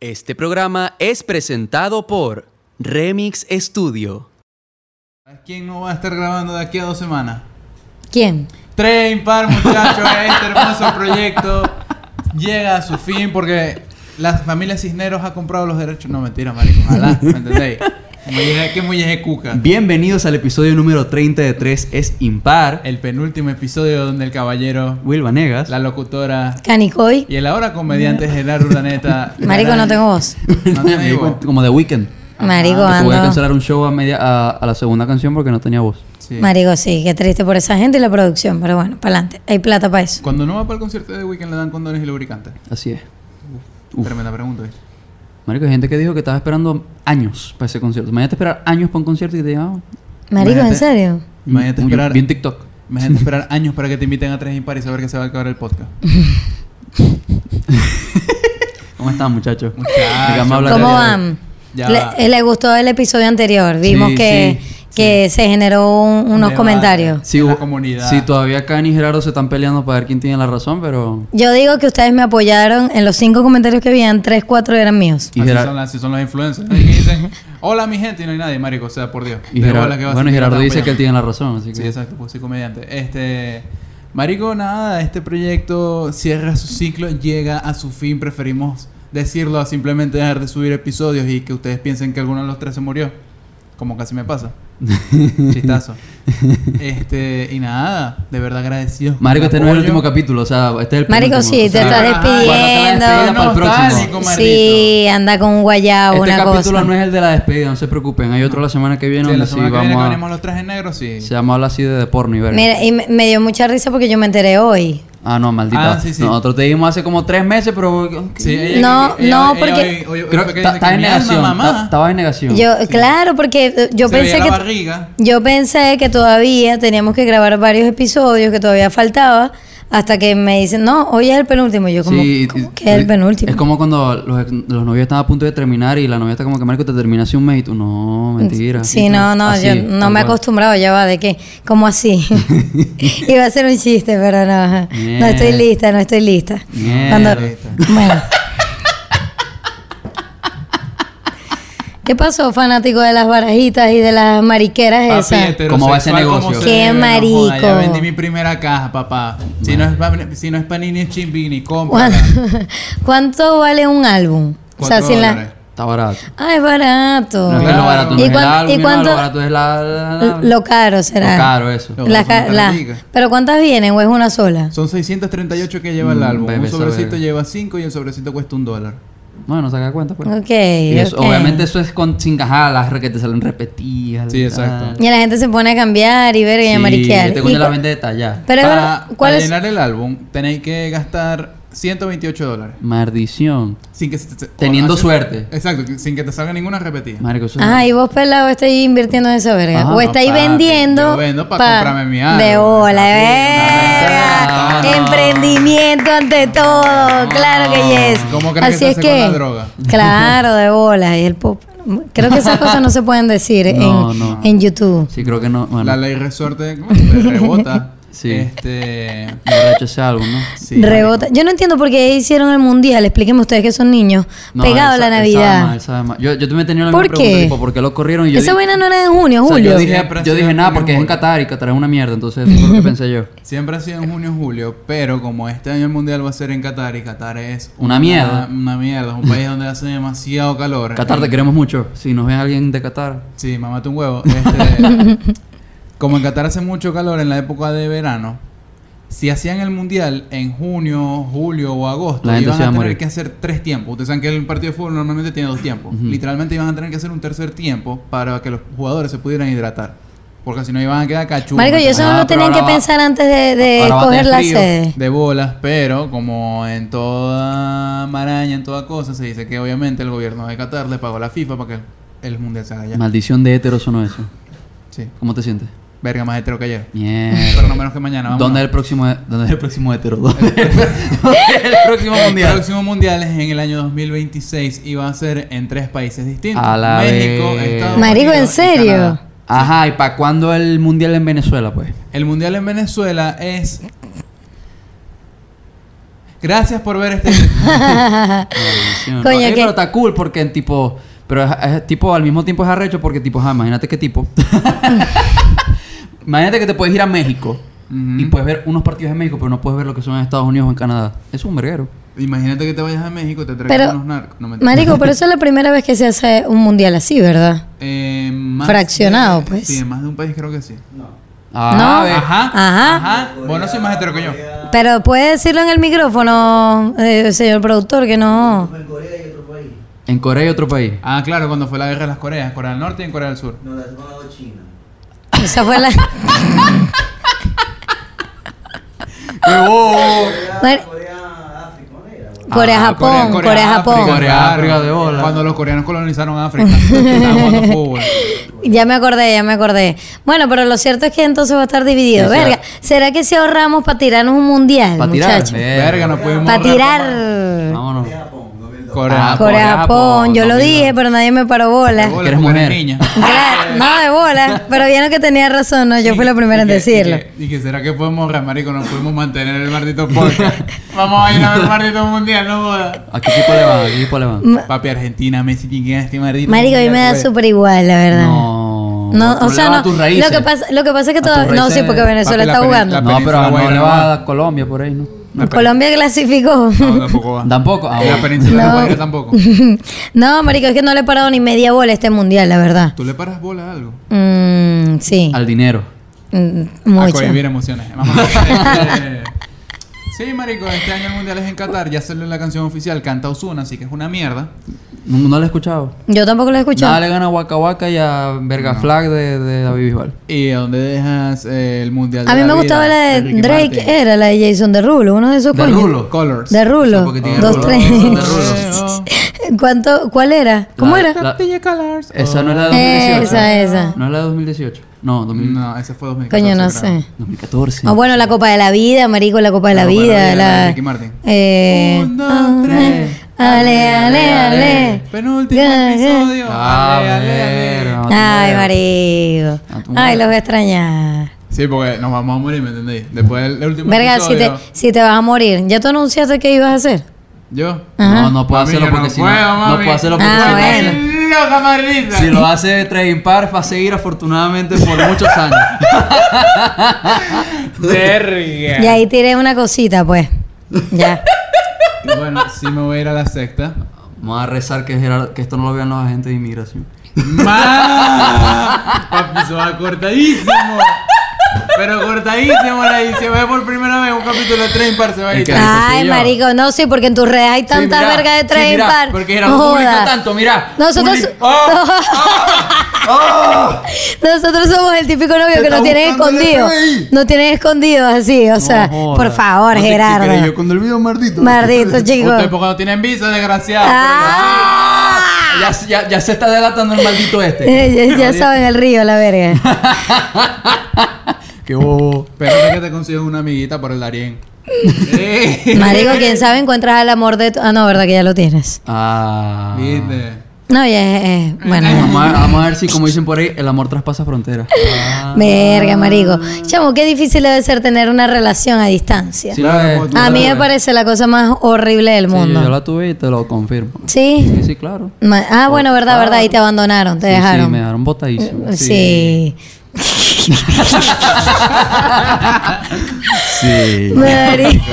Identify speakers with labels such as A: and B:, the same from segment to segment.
A: Este programa es presentado por Remix Studio.
B: ¿Quién no va a estar grabando de aquí a dos semanas?
C: ¿Quién?
B: Tres impar, muchachos, este hermoso proyecto llega a su fin porque la familia Cisneros ha comprado los derechos. No, mentira, marico, ojalá, ¿me entendéis? Muelle- Que muelle cuca.
A: Bienvenidos al episodio número 30 de 3 es impar.
B: El penúltimo episodio donde el caballero,
A: Will Vanegas.
B: la locutora
C: Canicoy.
B: y el ahora comediante Gerardo Urdaneta.
C: Marico, no tengo voz.
B: No
D: Me di
B: tengo.
D: cuenta como de Weeknd.
C: Marico,
D: Que tuve que
C: ando.
D: Ah, cancelar un show a, media, a, a la segunda canción porque no tenía voz.
B: Sí.
C: Marico, sí, qué triste por esa gente y la producción, pero bueno, para adelante. Hay plata para eso.
B: Cuando no va para el concierto de Weekend le dan condones y lubricantes.
D: Así es. Uf.
B: Tremenda pregunta. ¿viste?
D: Marico, hay gente que dijo que estaba esperando años para ese concierto. Imagínate esperar años para un concierto y te digan,
C: Marico, ¿en
B: Imagínate.
C: serio?
B: Imagínate esperar,
D: Bien TikTok.
B: imagínate esperar años para que te inviten a tres impares y saber que se va a acabar el podcast.
D: ¿Cómo están, muchachos?
B: Muchachos.
D: Digamos, hablar
C: ¿Cómo
D: de-
C: van?
B: Ya
C: Le,
B: va.
C: eh, le gustó el episodio anterior. Vimos
D: Sí,
C: que,
D: sí,
C: que se generó un- unos
B: Debate.
C: comentarios.
D: Sí,
B: En la
D: hubo-
B: comunidad.
D: Sí, todavía Kanye y Gerardo se están peleando para ver quién tiene la razón, pero...
C: Yo digo que ustedes me apoyaron en los cinco comentarios que habían, tres, cuatro eran míos.
D: Y
B: así,
D: Gerard-
B: son las, así son los influencers. ¿no? Que dicen, hola mi gente, y no hay nadie, marico, o sea, por Dios.
D: y
B: De
D: Gerard-
B: bola que vas
D: bueno,
B: a-
D: y Gerardo
B: te
D: dice
B: apoyan.
D: que él tiene la razón, así que...
B: Sí, exacto, pues soy comediante. Este. Marico, nada, este proyecto cierra su ciclo, llega a su fin. Preferimos decirlo a simplemente dejar de subir episodios y que ustedes piensen que alguno de los tres se murió. Como casi me pasa. Chistazo. Este, y nada, de verdad agradecidos.
D: Marico, este no es el
B: apoyo.
D: último capítulo, o sea, este es el
C: Marico,
D: penúltimo,
C: sí,
D: o sea,
C: te estás
B: ajá,
C: despidiendo.
D: guarda toda la despedida para el
B: Nostálgico,
D: próximo.
B: marico.
C: Sí, anda con un guayabo,
D: Este
C: Ah, una
D: capítulo
C: cosa.
D: no es el de la despedida, no se preocupen. Hay otro la semana que
B: Sí,
D: viene
B: la
D: donde sí
B: semana que viene que
D: vamos
B: venimos los trajes negros, sí.
D: a... Se llama hablar así de, de porno y verga.
C: Mira, y me, me dio mucha risa porque yo me enteré hoy.
D: Ah, no, maldita.
B: Ah, sí, sí.
D: Nosotros te dijimos hace como tres meses, pero...
B: Sí,
C: No, no, porque-
D: Creo que ta- estás en negación. ta- Estabas en negación.
C: Yo, claro, porque eh, yo pensé
B: que.
C: que
B: La barriga.
C: yo pensé que todavía teníamos que grabar varios episodios, que todavía faltaba, hasta que me dicen, no, hoy es el penúltimo. Yo como,
D: Sí,
C: ¿cómo
D: y-
C: que es el penúltimo?
D: Es como cuando los, ex- los novios están a punto de terminar y la novia está como que, Marico, te termina hace un mes y tú, no, mentira.
C: Sí, no, no,
D: Así,
C: yo no
D: tal
C: me
D: cual.
C: he acostumbrado ya va de que, ¿cómo así? Iba a ser un chiste, pero no, ajá. no estoy
D: Mierda.
C: lista, no estoy lista.
D: Mierda.
C: Cuando- bueno. ¿Qué pasó, fanático de las barajitas y de las mariqueras
B: Papi, este
C: esas?
B: heterosexual,
D: ¿Cómo va ese
B: ¿cómo
D: negocio?
B: se
C: Qué
B: debe? No
C: marico.
B: joda, ya vendí mi primera caja, papá. Si no es, pa- si no es panini, es chimbini, compra.
C: ¿Cuánto, cuánto vale un álbum?
B: Cuatro
C: sin la-
B: dólares.
D: Está barato.
C: Ah, es barato.
D: No es que lo
B: Claro.
D: barato no
C: ¿Y
D: es el
C: cuán- y
D: álbum,
C: cuánto-
D: lo barato es la... la- la-
C: L- Lo caro será.
D: lo caro eso.
B: No,
C: Las
B: son
C: ca- la-
B: baraticas.
C: ¿Pero cuántas vienen o es una sola?
B: Son 638 que lleva el
D: Mm,
B: álbum.
D: bebé,
B: un
D: esa
B: sobrecito
D: verga.
B: lleva 5 y el sobrecito cuesta un dólar.
D: Bueno, saca cuenta, pues.
C: Ok,
D: Y eso-
C: ok.
D: Obviamente eso es con sin cajar, las re- que te salen repetidas.
B: Sí,
D: tal.
B: exacto.
C: Y la gente se pone a cambiar y ver y a
D: Sí,
C: mariquear.
D: Este
C: Y
D: coño la
C: cu-
D: vende detallada.
C: Pero es
B: para
C: verdad, ¿cuál
B: para
C: es?
B: llenar el álbum, tenéis que gastar 128 dólares.
D: Maldición.
B: Sin que se te-
D: Teniendo
B: hace-
D: suerte.
B: Exacto, que- sin que te salga ninguna repetida.
D: Marico, eso es-
C: Ajá, y vos pelado estáis invirtiendo en esa verga.
D: Ajá,
C: o estáis
B: papi,
C: vendiendo.
B: yo vendo pa' comprarme mi algo.
C: De hola,
D: Ah,
C: verga.
D: no.
C: Emprendimiento ante todo. Claro que yes.
B: ¿Cómo crees
C: Así
B: que
C: es
B: se hace con
C: que.
B: la droga?
C: Claro, de bola. Y el pop. Creo que esas cosas no se pueden decir
D: No,
C: en,
D: no.
C: en YouTube.
D: Sí, creo que no. Bueno,
B: La ley resorte ¿cómo se llama? rebota.
D: Sí.
B: Este,
D: me arrecho ese álbum, ¿no?
B: sí,
C: Rebota. Yo no entiendo por qué hicieron el mundial. Explíquenme ustedes que son niños.
D: No,
C: pegado a
D: él
C: la
D: sa- él sabe más,
C: Navidad.
D: él sabe más. Yo, yo también tenía la
C: ¿Por
D: misma pregunta,
C: qué?
D: tipo, ¿por qué lo corrieron? Y yo
C: Esa
D: di-
C: vaina no era en junio,
D: o sea,
C: julio.
D: yo dije,
B: Siempre ha
D: yo
B: sido
D: dije nada porque es en
B: julio.
D: Qatar y Qatar es una mierda, entonces eso fue lo que pensé yo.
B: Siempre ha sido en junio o julio, pero como este año el mundial va a ser en Qatar y Qatar es
D: Una mierda.
B: Una, mierda, es un país donde hace demasiado calor.
D: Qatar te queremos mucho. Si nos ves alguien de Qatar,
B: Sí, mamate un huevo. Este, como en Qatar hace mucho calor en la época de verano, si hacían el mundial en junio, julio o agosto,
D: La gente
B: iban a
D: se iba a
B: tener
D: morir.
B: que hacer tres tiempos. Ustedes saben que el partido de fútbol normalmente tiene dos tiempos.
D: Ujú.
B: Literalmente iban a tener que hacer un tercer tiempo para que los jugadores se pudieran hidratar. Porque si no iban a quedar cachudos.
C: Marico, yo eso no
D: Ah,
C: lo
D: pero
C: tenían que
D: ahora va-
C: pensar antes de, de
D: ahora va a
C: escoger
D: tener
C: la
D: frío.
C: sede.
B: de bolas, pero como en toda maraña, en toda cosa, se dice que obviamente el gobierno de Qatar le pagó a la FIFA para que el, el mundial se haga allá.
D: maldición de hétero sonó eso.
B: Sí,
D: ¿Cómo te sientes?
B: verga más hetero que ayer. Eh, Pero
D: Mierda.
B: no menos que mañana. Vamos
D: ¿Dónde es el próximo, dónde es el próximo hétero? ¿Dónde es el próximo
B: El
D: mundial?
B: próximo mundial es en el año 2026 y va a ser en tres países distintos:
D: A la
B: México,
D: vez.
B: Estados
C: Marico, ¿en
B: Unidos y
C: serio?
B: Canadá.
D: Ajá, ¿y para cuándo el mundial en Venezuela, pues?
B: El mundial en Venezuela es. Gracias por ver este.
D: Maldición.
C: Coño,
D: Ey,
C: que-
D: Pero está cool porque en tipo. Pero es, es tipo, al mismo tiempo es arrecho porque tipo, ajá, imagínate qué tipo. imagínate que te puedes ir a México
B: Ujú.
D: y puedes ver unos partidos en México, pero no puedes ver lo que son en Estados Unidos o en Canadá. Es un verguero.
B: Imagínate que te vayas a México y te traigan
C: Pero,
B: unos narcos. No, mentira.
C: Marico, pero eso es la primera vez que se hace un mundial así, ¿verdad?
B: Eh, más
C: Fraccionado,
B: de-
C: pues.
B: Sí, en más de un país creo que sí.
C: No.
D: a ver.
B: Ajá.
C: Ajá.
B: Ajá. Bueno, soy más hetero que yo.
C: Pero puede decirlo en el micrófono, eh, señor productor, que no.
D: En Corea hay otro país.
B: Ah, claro, cuando fue la guerra de las Coreas, Corea del Norte y en Corea del Sur.
C: Esa fue la. Mar- Corea,
D: Ah,
C: Japón, Corea, Japón.
B: África,
D: Corea,
B: claro.
D: África de bola.
B: Cuando los coreanos colonizaron África, estaban jugando fútbol.
C: Ya me acordé, ya me acordé. Bueno, pero lo cierto es que entonces va a estar dividido.
D: Sí, será.
C: Verga, ¿será que si ahorramos para tirarnos un mundial,
D: Para tirar. eh,
C: muchachos?
B: Verga, no pudimos.
C: Para
B: ahorrar
C: tirar.
D: Vámonos.
B: Corea.
D: Ah,
C: Corea,
D: Corea,
C: Japón,
D: Japón,
C: yo lo
D: no,
C: dije,
D: mira.
C: pero nadie me paró
B: De
C: bola.
B: bola,
D: Que eres
B: porque
D: mujer.
B: niña.
C: Claro, no, de bola. Pero vieron que tenía razón, ¿no? Yo fui la primera en
B: Y que-
C: decirlo.
B: Y que, y que será que podemos ramarico, nos podemos mantener el maldito podcast. Vamos a ir a ver el maldito mundial, no jodas.
D: ¿A qué equipo le van? ¿A qué equipo le van?
B: Papi, Argentina, Messi, ¿quién gana este maldito
C: Marico, a mí
B: mundial,
C: me da
B: güey?
C: súper igual, la verdad.
D: No.
C: No, o
D: Tú le
C: sea,
D: vas a
C: no.
D: tus
C: Lo
D: raíces.
C: que pasa, lo que pasa es que
D: A tus
C: todavía. No, sí,
D: raíces.
C: porque Venezuela
B: Papi, la
C: está
B: peli-
C: jugando.
B: la
D: No, pero
B: Península
D: no le
B: Guayana,
D: va a Colombia por ahí, ¿no?
C: Colombia clasificó.
B: No, tampoco va.
D: Tampoco. Ah,
B: En la
D: bueno.
B: península
C: No.
B: de Guajira tampoco.
C: no, marico, es que no le he parado ni media bola a este mundial, la verdad.
B: ¿Tú le paras bola a algo?
C: Mm, sí.
D: Al dinero.
C: Mm,
B: A
C: mucho.
B: cohibir emociones. Vamos a- Eh, Sí, marico, este año el mundial es en Qatar. Ya salió la canción oficial, canta Osuna, así que es una mierda.
D: No, no lo he escuchado.
C: Yo tampoco lo he escuchado.
D: Nada le gana a Waka Waka y a Verga Flag de, de David Bisbal.
B: ¿Y a dónde dejas eh, el mundial?
C: a mí
B: de
C: me
B: la
C: gustaba
B: vida,
C: la de
B: Ricky
C: Drake,
B: Martin?
C: era la de Jason Derulo, uno de esos
D: ¿De
C: coños.
D: Rulo?
B: Colors.
C: De Rulo.
D: Porque tiene
C: Dos,
D: Rulo.
C: tres.
D: De Rulo.
C: ¿Cuánto, ¿Cuál era? ¿Cómo
D: La-
C: era?
D: la-
B: Pilla Colors.
D: esa no es la de 2018.
C: esa, esa.
D: No es la de 2018. No, 2000
B: Oh. No, ese fue 2014.
C: Coño, no
B: creo.
C: sé.
D: 2014.
C: Ah, bueno, la Copa de la Vida, marico, la Copa de la,
B: Copa de la Vida,
C: Vida,
B: la de
C: la...
B: Ricky Martin.
C: Eh,
B: Un, dos,
C: ah,
B: tres.
C: Ale, ale, ale.
B: Penúltimo
C: Ga- ga-
B: episodio.
D: Ah,
B: Ale, ale, ale.
D: verga, no te
C: Ay,
D: mueras.
C: marico.
D: Ah, tú
C: Ay,
D: mueres.
C: los voy a extrañar.
B: Sí, porque nos vamos a morir, ¿me entendéis? Después del del último
C: Verga, si te,
B: episodio.
C: si te vas a morir. ¿Ya tú anunciaste qué ibas a hacer?
B: Yo.
C: Ajá.
D: No, no puedo
B: Mami,
D: hacerlo
B: yo
D: porque
B: no
D: si no.
B: puedo,
D: No
B: mami.
D: puedo hacerlo porque
C: Ah,
D: si no
C: bueno.
D: hace-
B: ¡Loca maldita!
D: Si lo hace Trade Impar va a seguir afortunadamente por muchos años.
B: Verga.
C: Y ahí tiré una cosita, pues. Ya.
B: Y Bueno, sí me voy a ir a la sexta.
D: Vamos a rezar que, Gerardo- que esto no lo vean los agentes de inmigración.
B: ¡Más! Papi, eso va cortadísimo. Pero cortadísimo la edición. Ve por primera vez un capítulo de Train Par se va a
D: El
B: editar.
D: que-
C: Ay,
D: soy yo.
C: marico, no, sí, porque en tus redes hay tanta
D: mira,
C: verga de
D: sí,
C: tres
D: mira,
C: impar.
D: porque era
C: No
D: un público
C: joda.
D: tanto, mira.
C: Nosotros,
D: Public- ¡Oh!
C: nosotros somos el típico novio que
D: está
C: nos tienen
D: buscando el
C: escondidos.
D: FBI.
C: Nos tienen escondidos así, o sea,
D: joda.
C: por favor, Gerardo.
D: cuando el video maldito.
C: Mardito, chico.
B: Ustedes porque no tienen visa, desgraciado.
C: Ah.
D: Ya, se- ya- ya se está delatando el maldito este.
C: Eh, ya, ya saben el río, la verga.
D: Qué bobo.
B: Pero es que te consigues una amiguita por el Darien. Eh,
C: Marico, quién sabe, encuentras al amor de tu. Ah, no, verdad que ya lo tienes.
D: Ah.
B: ¿Viste?
C: No, ya, eh, bueno. ya.
D: Vamos a, vamos a ver si, como dicen por ahí, el amor traspasa fronteras. Ah,
C: Verga, marico. Chamo, qué difícil debe ser tener una relación a distancia.
D: Sí, lo es.
B: como tú
C: a mí
B: sabes.
C: me parece la cosa más horrible del
D: Sí, yo, yo
C: mundo.
D: la tuve y te lo confirmo.
C: Sí.
D: Sí, sí, claro.
C: Ma- Ah, bueno, verdad, verdad. Y te abandonaron, te
D: Sí, sí,
C: dejaron. Eh,
D: me dejaron botadísimo.
C: Sí.
D: Sí.
C: Mari-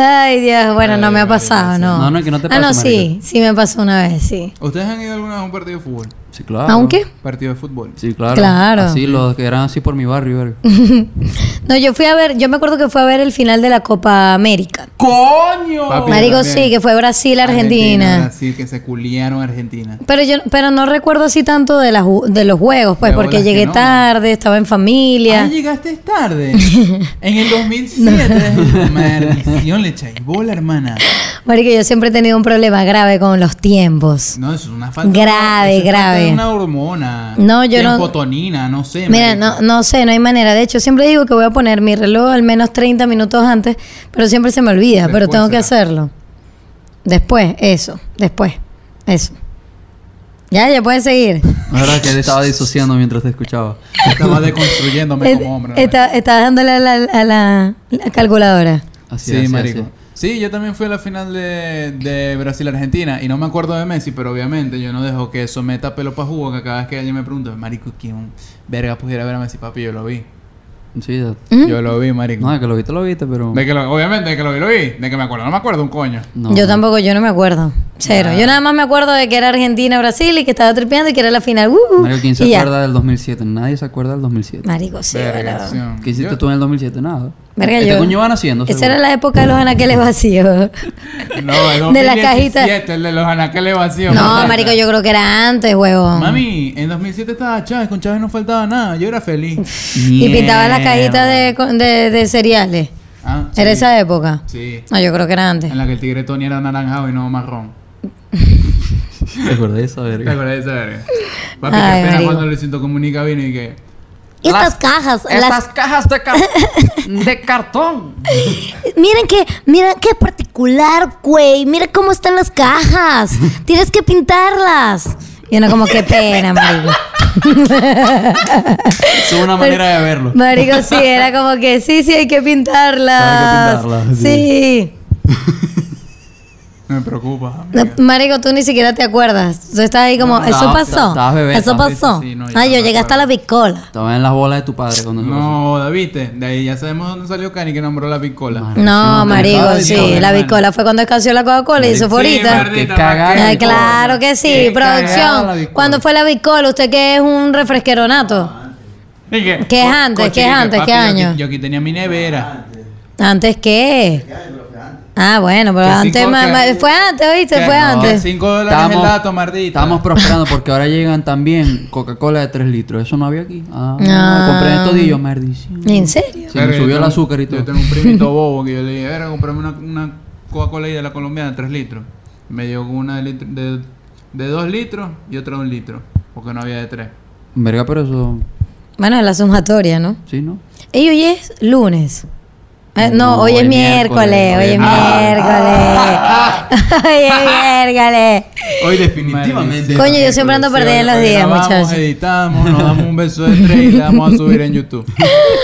C: Ay, Dios, bueno, no me ha pasado, no.
D: No, no, que no te
C: Ah, no,
D: pase,
C: sí, sí me pasó una vez, sí.
B: ¿Ustedes han ido alguna vez a un partido de fútbol?
D: Sí, claro.
C: ¿Aunque?
B: Partido de fútbol.
D: Sí, claro.
C: Claro.
D: Así, los que eran así por mi barrio. verga.
C: No, yo fui a ver, yo me acuerdo que fue a ver el final de la Copa América.
D: ¡Coño!
B: Papi,
C: Marico,
B: también.
C: sí, que fue Brasil, Argentina.
B: Brasil, que se culiaron a Argentina.
C: Pero yo, pero no recuerdo así tanto de, las ju- de los juegos, pues,
B: De
C: porque
B: bolas que
C: llegué
B: no.
C: tarde, estaba en familia.
B: Ah, llegaste tarde. en el 2007. Maldición, le echáis bola, hermana.
C: Marico, yo siempre he tenido un problema grave con los tiempos.
B: No, eso es una falta.
C: Grave,
B: eso es falta
C: grave.
B: de una hormona.
C: No, yo no-
B: Tempotonina, no sé.
C: Mira,
B: marico.
C: no, no sé, no hay manera. De hecho, siempre digo que voy a poner mi reloj al menos 30 minutos antes, pero siempre se me olvida, pero
B: Después
C: tengo que
B: será.
C: hacerlo. Después, eso, después, eso. Ya, ya puedes seguir.
D: Ahora que te estaba disociando mientras te escuchaba.
B: Estaba deconstruyéndome
C: Eh,
B: como hombre.
C: está- Estaba dándole a la, a la- la calculadora.
D: Así,
B: sí,
D: así,
B: marico.
D: así.
B: Sí, yo también fui a la final de, de Brasil-Argentina y no me acuerdo de Messi, pero obviamente yo no dejo que eso meta pelo para jugo, que cada vez que alguien me pregunta, marico, ¿quién verga pudiera ver a Messi, papi? Yo lo vi.
D: Sí, ya-
C: ¿Mm?
B: Yo lo vi, marico.
D: No, de que lo viste, lo viste, pero.
B: De que lo- obviamente, de que lo vi, lo vi. De que me acuerdo, no me acuerdo un coño.
D: No.
C: Yo tampoco, yo no me acuerdo. Cero. Yo nada más me acuerdo de que era Argentina-Brasil y que estaba tripeando y que era la final. Uh,
D: Mario, ¿quién
C: y
D: se
C: ya.
D: acuerda del 2007? Nadie se acuerda del 2007.
C: Marico, sí, bueno.
B: Vergación.
D: ¿Qué hiciste
B: Yo-
D: tú en el 2007? Nada.
C: Verga,
D: este
C: yo-
D: coño van haciendo.
C: Esa
D: seguro.
C: era la época de los anaqueles vacíos.
B: No, el
C: De la cajita.
B: 2017, El de los anaqueles vacíos.
C: No, marico, yo creo que era antes, huevón.
B: Mami, en 2007 estaba Chávez, con Chávez no faltaba nada, yo era feliz.
C: Y pintaba
D: Mierda.
C: las cajitas de, de- de cereales.
B: Ah,
C: Era
B: sí,
C: esa época.
B: Sí,
C: No, yo creo que era antes.
B: en la que el tigre Tony era naranjado y no marrón.
D: ¿Te acordás de esa
B: ¿Te
D: verga?
B: acuerdas de esa verga? Papi,
C: Ay,
B: qué pena
C: marico.
B: cuando Luisito Comunica vino y que...
C: Estas cajas, las
D: cajas de, de cartón.
C: Miren que, mira qué particular, güey. Mira cómo están las cajas. Tienes que pintarlas. Y uno como qué pena, marico.
D: Es una manera de verlo.
C: Marico, sí, era como que sí, sí, hay que pintarlas.
D: Hay que pintarlas,
C: sí.
B: No me preocupa,
C: No,
B: amiga.
C: Marico, tú ni siquiera te acuerdas. Tú estás ahí como,
D: No,
C: eso
D: no,
C: pasó.
D: estabas bebé,
C: eso
D: estabas-
C: pasó.
B: sí, sí, no, yo
C: Ay,
B: no
C: yo
B: me
C: llegué hasta la bicola.
D: Estaba en las bolas de tu padre cuando eso pasó.
B: No, David, de ahí ya sabemos dónde salió Cani que nombró la picola.
D: Madre.
C: No,
D: Sí,
C: marico,
B: no,
C: sí.
B: no,
C: La
B: no,
C: bicola fue cuando escaseó la Coca-Cola y eso fue ahorita.
D: Qué cagada,
C: Ay,
D: Bicola.
C: claro que sí,
D: Qué cagada la
C: producción.
D: Bicola.
C: ¿Cuándo fue la bicola? ¿Usted qué es un refresqueronato?
B: ¿Qué
C: ¿Qué es antes? ¿Qué es antes? ¿Qué año?
B: Yo aquí tenía mi nevera.
C: ¿Antes qué? Ah, bueno, pero
B: Que
C: antes
B: cinco-
C: ma-
B: que-
C: ma- fue antes, ¿oíste?
B: que
C: Fue
B: no,
C: antes.
B: sí. Cinco dólares el dato, mardita.
D: Estamos prosperando porque ahora llegan también Coca-Cola de 3 litros. Eso no había aquí. Ah,
C: Ah.
D: compré estos días, maldición.
C: ¿En serio?
D: Se me
B: Verga, yo
D: subió el
B: tengo-
D: azúcar y todo.
B: Yo tengo un primito bobo que yo le dije, verga, comprame una, una Coca-Cola ahí de la colombiana de 3 litros. Me dio una de, litro- de, de 2 litros y otra de 1 litro, porque no había de 3.
D: Verga, pero eso.
C: Bueno, la sumatoria, ¿no?
D: Sí, ¿no?
C: Y hoy es lunes. Eh, no,
D: No,
C: hoy es
D: hoy es
C: miércoles,
D: miércoles,
C: hoy es
D: hoy
C: miércoles. Hoy es miércoles.
D: Hoy
B: definitivamente.
C: Coño, yo siempre ando perdida en los días,
B: Grabamos,
C: muchachos.
B: editamos, nos damos un beso de 3 y le vamos a subir en YouTube.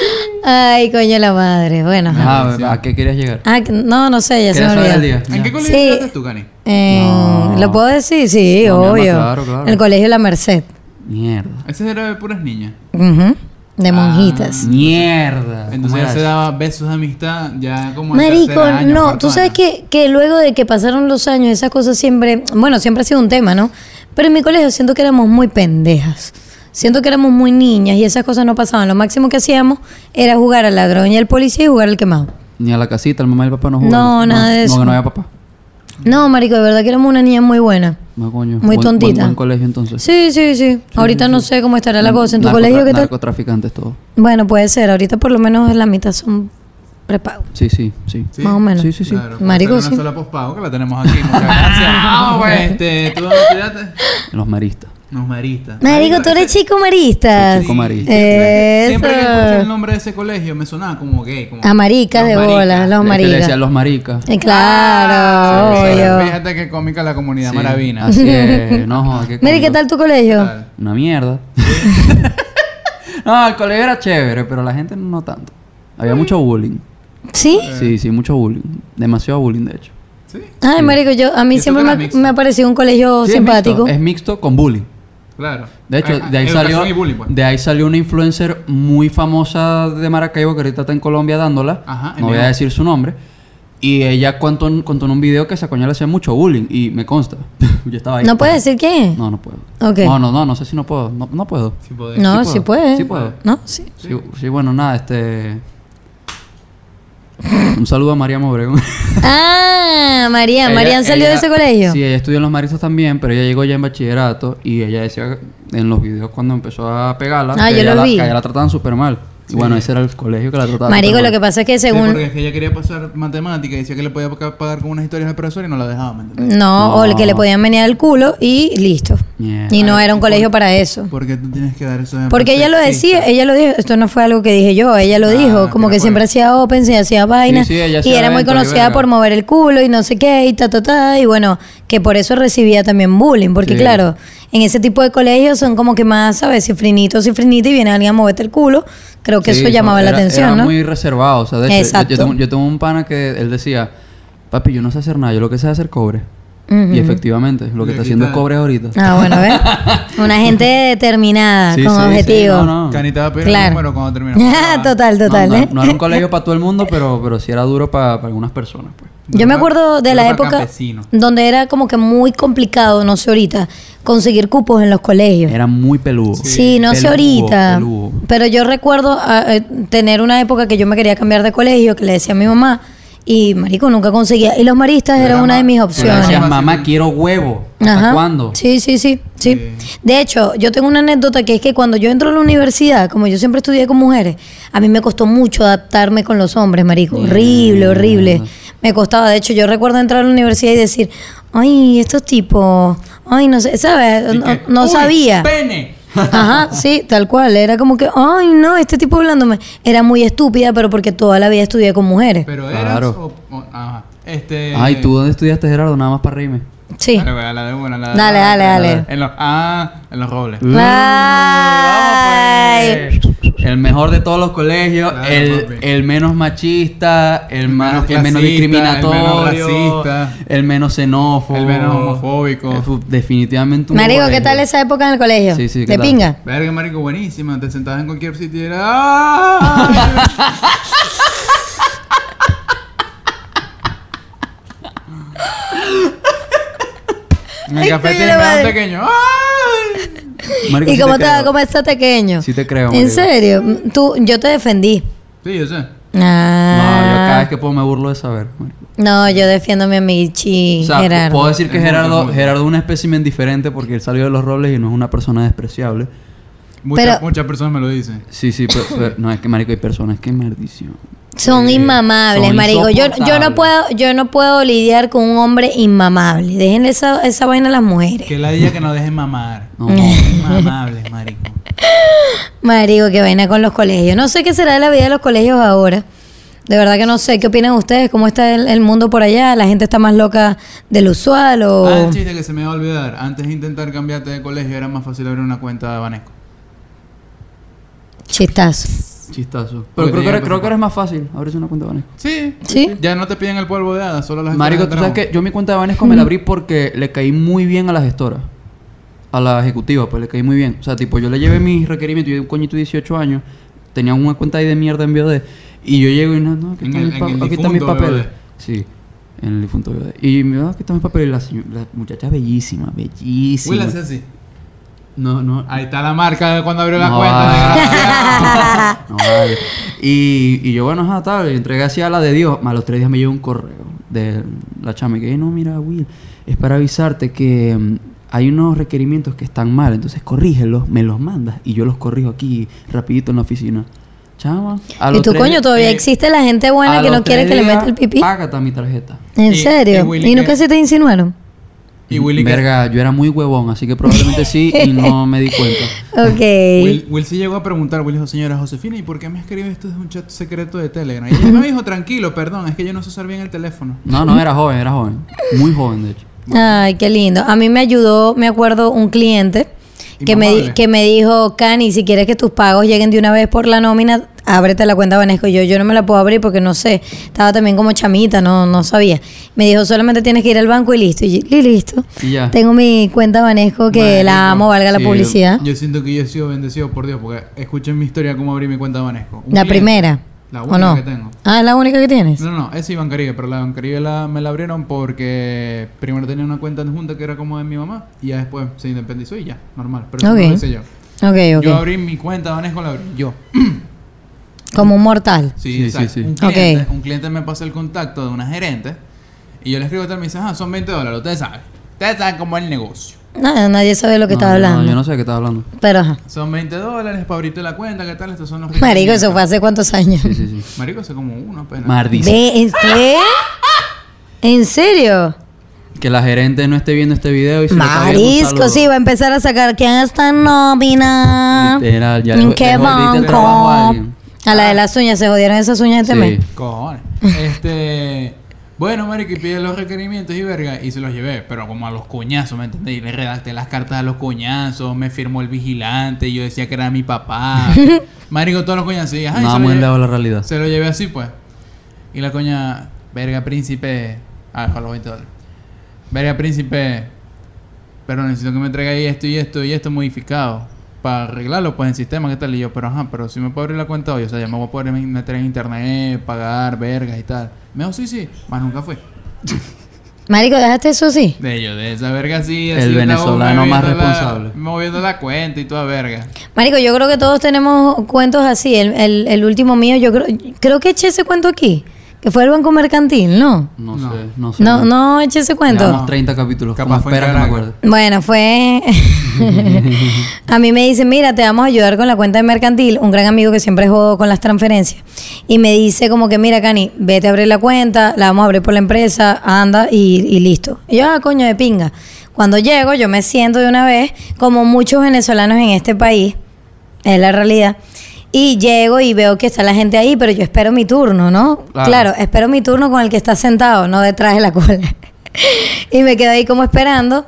C: Ay, coño la madre. Bueno. ajá.
D: Ah, ¿a qué querías llegar?
C: Ah, que- no, no sé, ya se me
D: ¿Quieres saber el
C: olvidó.
D: día?
B: ¿En qué
D: Ya.
B: colegio
C: Sí.
B: estás tú, Cani?
C: En-
D: No.
C: ¿Lo puedo decir? Sí,
D: No, mi alma,
C: obvio.
D: claro, claro.
C: El colegio La Merced.
D: Mierda.
B: Ese era de puras niñas.
C: Ujú.
D: Ah,
C: De monjitas.
D: Mierda. ¿Cómo
B: Entonces ya
D: era
B: se
D: eso?
B: daba besos de amistad ya como en
C: Marico,
B: tercer año,
C: no,
B: cuarto
C: tú sabes
B: año.
C: que, que luego de que pasaron los años, esas cosas siempre, bueno, siempre ha sido un tema, ¿no? Pero en mi colegio siento que éramos muy pendejas. Siento que éramos muy niñas y esas cosas no pasaban. Lo máximo que hacíamos era jugar al ladrón y al policía y jugar al quemado.
D: Ni a la casita, el mamá y el papá no jugaban.
C: No, nada de eso.
D: No, que no había papá.
C: No, marico, de verdad que éramos una niña muy buena.
D: No, coño.
C: Muy
D: Buen-
C: tontita.
D: Buen, buen colegio entonces.
C: Sí, sí, sí. Ahorita no sé cómo estará la cosa. ¿En tu
D: Narcotra-
C: colegio qué tal?
D: Narcotraficantes todo.
C: Bueno, puede ser. Ahorita por lo menos la mitad son prepago.
D: Sí, sí, sí.
B: Sí.
C: Más o menos.
D: Sí, sí, sí.
B: Claro, puede
C: Marico,
B: ser
C: sí. Ah,
B: una sola pospago que la tenemos aquí. Muchas gracias. este, ¿Tú dónde estudiaste?
D: Los maristas.
B: Los maristas.
C: Marico, tú eres chico marista.
D: Soy chico marista.
C: Eh, Eso.
B: Siempre que escuché el nombre de ese colegio me sonaba como gay. Como...
C: A maricas
B: Los
C: de
B: maricas.
C: bolas, los
D: Le- que Le
C: maricas.
D: decían los maricas.
C: Eh,
D: Ah,
C: claro,
B: Sí,
C: obvio.
B: Fíjate que cómica la comunidad
D: Sí,
C: Ah,
B: maravina.
D: Así es. No, joda,
C: Mire, ¿qué
D: coño.
C: tal tu colegio?
B: Tal.
D: Una mierda. no, el colegio era chévere, pero la gente no tanto. Había mucho bullying.
C: ¿Sí?
D: Sí, sí, mucho bullying. Demasiado bullying, de hecho.
B: Sí,
C: Ay, marico, yo, a mí
B: ¿Y eso
C: siempre
B: que
C: me,
B: era mixto?
C: me ha parecido un colegio
D: Sí, es
C: simpático.
D: mixto, Es mixto con bullying.
B: claro.
D: De hecho,
B: Ah,
D: de ahí,
B: educación
D: salió,
B: y bullying, pues.
D: de ahí salió una influencer muy famosa de Maracaibo que ahorita está en Colombia dándola.
B: Ajá, en
D: no voy a
B: vivo.
D: decir su nombre. Y ella contó, en- contó en un video que esa coña le hacía mucho bullying. Y me consta. Yo estaba ahí.
C: ¿No puedes decir quién?
D: No, no puedo.
C: Ok.
D: No, no, no, no sé si no puedo. No, no puedo.
B: Sí, podés.
C: No,
D: sí
C: sí
D: puedo,
C: puedes.
D: sí puedo.
C: No, sí.
D: Sí, sí, bueno, nada, este. Un saludo a María Obregón.
C: Ah, María,
D: Ella-
C: María salió de
D: ella-
C: ese colegio.
D: Sí, ella estudió en los maristas también, pero ella llegó ya en bachillerato y ella decía en los videos cuando empezó a pegarla
C: Ah,
D: que,
C: yo
D: ella
C: lo
D: la,
C: vi.
D: que a ella la trataban súper mal. Y bueno, ese era el colegio que la trataba.
C: marico,
D: súper
C: lo que
D: mal.
C: pasa es que
B: Sí,
C: según...
B: porque es que ella quería pasar matemática y decía que le podía pa- pagar con unas historias al profesor y no la dejaba, ¿me entiendes?
C: No, o el que
D: No.
C: le
D: Eh,
C: podían menear el culo y listo.
D: Mierda.
C: Y no era un colegio para eso.
B: ¿Por qué tú tienes que dar eso
D: Ah,
B: de
D: pues
C: Porque ella lo decía, ella lo dijo, esto no fue algo que dije yo, ella lo
B: Ah,
C: dijo, como
B: tiene
C: que siempre
B: poder.
C: hacía opens y hacía vainas
D: sí, ella
C: y
D: hacía
C: era muy
D: eventos y
C: conocida
D: verga.
C: por mover el culo y no sé qué y ta ta ta y bueno, que por eso recibía también bullying, porque
D: Sí.
C: claro, en ese tipo de colegios son como que más, ¿sabes? Cifrinito, cifrinito y viene alguien a moverte el culo, creo que
D: Sí,
C: eso llamaba la
D: era-
C: atención,
D: era
C: ¿no?
D: muy reservado. O sea, de hecho, yo-
C: Exacto.
D: yo, tengo, yo tengo un pana que él decía, papi, yo no sé hacer nada, yo lo que sé es hacer cobre.
C: Ujú.
D: Y efectivamente, lo
B: Le
D: que está haciendo es
B: quita-
D: cobre ahorita.
C: Ah, bueno, ¿ves? Una gente determinada,
D: Sí,
C: con
D: sí, sí,
C: objetivo.
D: no, no.
B: Canita va a pedir
C: Claro.
B: el número cuando terminamos.
C: Ah, total, total,
D: No,
C: ¿eh?
D: no- no era un colegio para todo el mundo, pero, pero sí era duro para algunas personas. Pues.
C: Yo me acuerdo de la
B: Grupo
C: época
B: campesino.
C: donde era como que muy complicado, no sé ahorita, conseguir cupos en los colegios.
D: Era muy peludo.
C: sí, no sé
D: Peludo,
C: ahorita.
D: peludo.
C: Pero yo recuerdo ah, eh, tener una época que yo me quería cambiar de colegio, que le decía a mi mamá, y marico, nunca conseguía. Y los maristas
B: Pero
C: era
B: era
C: una
B: ma-
C: de mis
B: pero
D: Tú le
C: opciones.
B: era
D: decías, mamá, quiero huevo. ¿Hasta
C: Ajá.
D: cuándo?
C: Sí, sí, sí, sí.
B: Sí.
C: De hecho, yo tengo una anécdota que es que cuando yo entro a la universidad, como yo siempre estudié con mujeres, a mí me costó mucho adaptarme con los hombres, marico. Horrible, horrible. Me costaba. De hecho, yo recuerdo entrar a la universidad y decir, ay, estos tipos, ay, no sé, ¿sabes?
B: Y
C: No,
B: que,
C: no
B: "Uy,
C: sabía.
B: Pene.
C: Ajá, sí, tal cual. Era como que, ay, no, este tipo hablándome. Era muy estúpida, pero porque toda la vida estudié con mujeres.
B: Pero eras
D: Claro.
B: o- o- ajá. Este
D: Ay, ¿tú dónde estudiaste, Gerardo? Nada más para reírme.
C: Sí.
B: Dale, güey, a la de una, a la de
C: Dale,
B: una, a la
C: dale,
B: de-
C: dale.
B: En los ah, en los robles.
C: Ay.
D: El mejor de todos los colegios,
B: Claro,
D: el,
B: papi.
D: el menos machista, el, más,
B: menos
D: el menos
B: clasista,
D: discriminatorio,
B: el menos racista.
D: el menos xenófobo,
B: El menos homofóbico.
D: Eh, fu- Definitivamente un
C: Marico, ¿qué
D: colegio.
C: tal esa época en el colegio?
D: Sí, sí, ¿qué
C: De
D: tal?
C: pinga.
B: Verga, marico, buenísima. Te sentabas en cualquier sitio y era ¡Ah! En el
C: Ay,
B: café
C: coño,
B: te
C: la
B: daban
C: madre.
B: pequeño. ¡Ay!
D: Marico,
C: ¿Y
D: sí
C: cómo
D: te
C: te va a
D: creo.
C: comer este pequeño?
D: Sí te creo,
C: ¿En
D: marico.
C: serio? Mm, Tú, yo te defendí.
B: Sí, yo sé.
D: No, yo cada
C: Ah.
D: vez que puedo me burlo de saber. marico.
C: No, yo defiendo a mi amichi
D: O sea,
C: Gerardo.
D: puedo decir que
B: Es muy,
D: Gerardo,
B: muy.
D: Gerardo es un espécimen diferente porque él salió de los robles y no es una persona despreciable.
B: Muchas,
C: Pero-
B: muchas personas me lo dicen.
D: Sí, sí, pero, pero- no, es que marico, hay personas que maldición.
C: Son inmamables,
D: son
C: marico. Yo, yo no
D: insoportables.
C: puedo, yo no puedo lidiar con un hombre inmamable. Déjenle esa, esa vaina a las mujeres.
B: Que la día que nos dejen mamar.
D: No,
B: Mamables, marico.
C: Marico, qué vaina con los colegios. No sé qué será de la vida de los colegios ahora. De verdad que no sé. ¿Qué opinan ustedes? ¿Cómo está el, el mundo por allá? ¿La gente está más loca del usual o...?
B: Ah, el chiste que se me va a olvidar. Antes de intentar cambiarte de colegio era más fácil abrir una cuenta de Banesco.
C: Chistazo.
D: chistazo. Pero
B: Porque
D: creo que,
B: tenía
D: era- creo que
B: pasaporte.
D: ahora es más fácil abrirse una cuenta de Banesco.
B: Sí.
C: ¿Sí?
B: Ya no te piden el polvo de hadas, solo las
D: Marico, tú
B: esferas
D: sabes
B: del
D: que yo mi cuenta de Banesco me la abrí porque le caí muy bien a la gestora. A la ejecutiva, pues le caí muy bien. O sea, tipo, yo le llevé mis requerimientos, yo un coñito de 18 años, tenía una cuenta ahí de mierda en BioD. Y yo llego y no, no, aquí
B: En
D: están
B: el-
D: mis, pa-
B: en el
D: aquí están mis
B: difunto
D: papeles.
B: BOD.
D: Sí, en el difunto BioD. Y me va, aquí están mis papeles. Y la, seño- la muchacha es bellísima,
B: dragón. Huela,
D: bellísima.
B: hace así.
D: No, no,
B: Ahí está la marca de cuando abrió la
D: No ah.
B: cuenta.
D: vale.
B: desgraciado.
D: No vale. y, y yo, bueno, ajá, tal, yo entregué así a la de Dios. A los tres días me llegó un correo de la chama y que, no, mira, Will, es para avisarte que mm, hay unos requerimientos que están mal, entonces corrígelos, me los mandas y yo los corrijo aquí rapidito en la oficina. Chama, a
C: ¿Y
D: los
C: tu
D: tres-
C: coño todavía
B: eh,
C: existe la gente buena
D: a
C: que
D: los
C: no quiere
D: tres
C: que le
D: días,
C: meta el pipí?
D: Págata mi tarjeta.
C: ¿En
B: Y- y
C: serio? ¿Y,
B: Willy
C: nunca
B: que-
C: se te insinuaron?
B: Y Willy que-
D: Verga, yo era muy huevón, así que probablemente sí y no me di cuenta.
C: Ok.
B: Will, Will sí llegó a preguntar, Will dijo, señora Josefina, ¿y por qué me escribe esto desde un chat secreto de Telegram? Y ella me dijo, tranquilo, perdón, es que yo no sé usar bien el teléfono.
D: No, no, era joven, era joven. Muy joven, de hecho.
C: Ay, qué lindo. A mí me ayudó, me acuerdo, un cliente que me, di-
B: Inmamable.
C: que me dijo, Cani, si quieres que tus pagos lleguen de una vez por la nómina, ábrete la cuenta Banesco. Y Yo, yo no me la puedo abrir porque no sé. Estaba también como chamita, no, no sabía. Me dijo, solamente tienes que ir al banco y listo. Y, yo, y listo.
D: Y ya.
C: Tengo mi cuenta Banesco que la
B: Ah. Marico,
C: amo, valga la
D: sí.
C: publicidad.
B: Yo siento que yo he sido bendecido por Dios, porque escuchen mi historia cómo abrí mi cuenta de Banesco. Un
C: la
B: cliente,
C: primera.
B: La
C: ¿O
B: única
C: no?
B: que tengo.
C: Ah, es la única que tienes.
B: No, no, es Bancaribe, pero la Bancaribe la, me la abrieron porque primero tenía una cuenta adjunta que era como de mi mamá y ya después se independizó y ya, normal. Pero eso no
C: Ok.
B: lo hice yo.
C: Ok, ok.
B: Yo abrí mi cuenta de Banesco, la abrí yo.
C: Como un mortal.
B: Sí,
D: Sí,
B: exacto.
D: sí, sí.
B: Un, cliente,
C: Ok.
B: un cliente me pasa el contacto de una gerente y yo le escribo tal, me dice, ah, son 20 dólares, ustedes saben. Ustedes saben cómo es el negocio.
C: Nada, nadie sabe lo que
D: No,
C: estaba
D: no,
C: hablando.
D: yo no sé de qué estaba hablando.
C: Pero ajá.
B: Son 20 dólares para abrirte la cuenta, ¿qué tal? Estos son los
C: Marico,
B: requerimientos".
C: eso fue hace cuántos años.
D: Sí, sí, sí.
B: Marico, hace como uno apenas.
D: Mardi.
C: Ve, ¿en ¿Qué? ¿En serio?
D: Que la gerente no esté viendo este video y se le está viendo un
C: Marisco,
D: saludo.
C: sí, va a empezar a sacar quién está en nómina.
D: Literal, ya
C: ¿En
D: le-
C: qué
D: le jodiste el
C: banco?
D: trabajo a alguien.
C: A la de las uñas, se jodieron esas uñas este
D: Sí.
C: mes.
B: Cojones. Este. Bueno, marico, y pide los requerimientos y verga, y se los llevé, pero como a los coñazos, ¿me entendés? Y le redacté las cartas a los coñazos, me firmó el vigilante, y yo decía que era mi papá. marico, todos los coñazos, y ajá, y
D: Nada
B: se, lo
D: muy
B: llevé,
D: lejos de la realidad.
B: se lo llevé así, pues. Y la coña, verga, príncipe. Ah, dejó los 20 dólares. Verga, príncipe, pero necesito que me traiga ahí esto y esto y esto modificado para arreglarlo pues en sistema que tal y yo pero ajá pero si me puedo abrir la cuenta hoy o sea ya me voy a poder meter en internet pagar vergas y tal me dijo sí sí más nunca fue
C: Marico, dejaste eso así.
B: de ellos de esa verga sí
D: El
B: así estaba
D: venezolano más
B: moviendo la-
D: responsable.
B: moviendo la cuenta y toda verga
C: Marico, yo creo que todos tenemos cuentos así. El, el- el último mío, yo creo, creo que eché ese cuento aquí, que fue el Banco Mercantil, ¿no?
D: No,
B: No.
D: sé, no sé.
C: No, no eché ese cuento.
D: Llevamos 30 capítulos. Como
B: Capaz fue en
D: espera que me
B: Caracas.
D: acuerde.
C: Bueno, fue. a mí me dicen, mira, te vamos a ayudar con la cuenta de mercantil. Un gran amigo que siempre juego con las transferencias. Y me dice, como que, mira, Cani, vete a abrir la cuenta, la vamos a abrir por la empresa, anda y, y listo. Y yo, ah, coño, de pinga. Cuando llego, yo me siento de una vez, como muchos venezolanos en este país, es la realidad. Y llego y veo que está la gente ahí, pero yo espero mi turno, ¿no?
D: Claro.
C: claro espero mi turno con el que está sentado, no detrás de la cola. y me quedo ahí como esperando.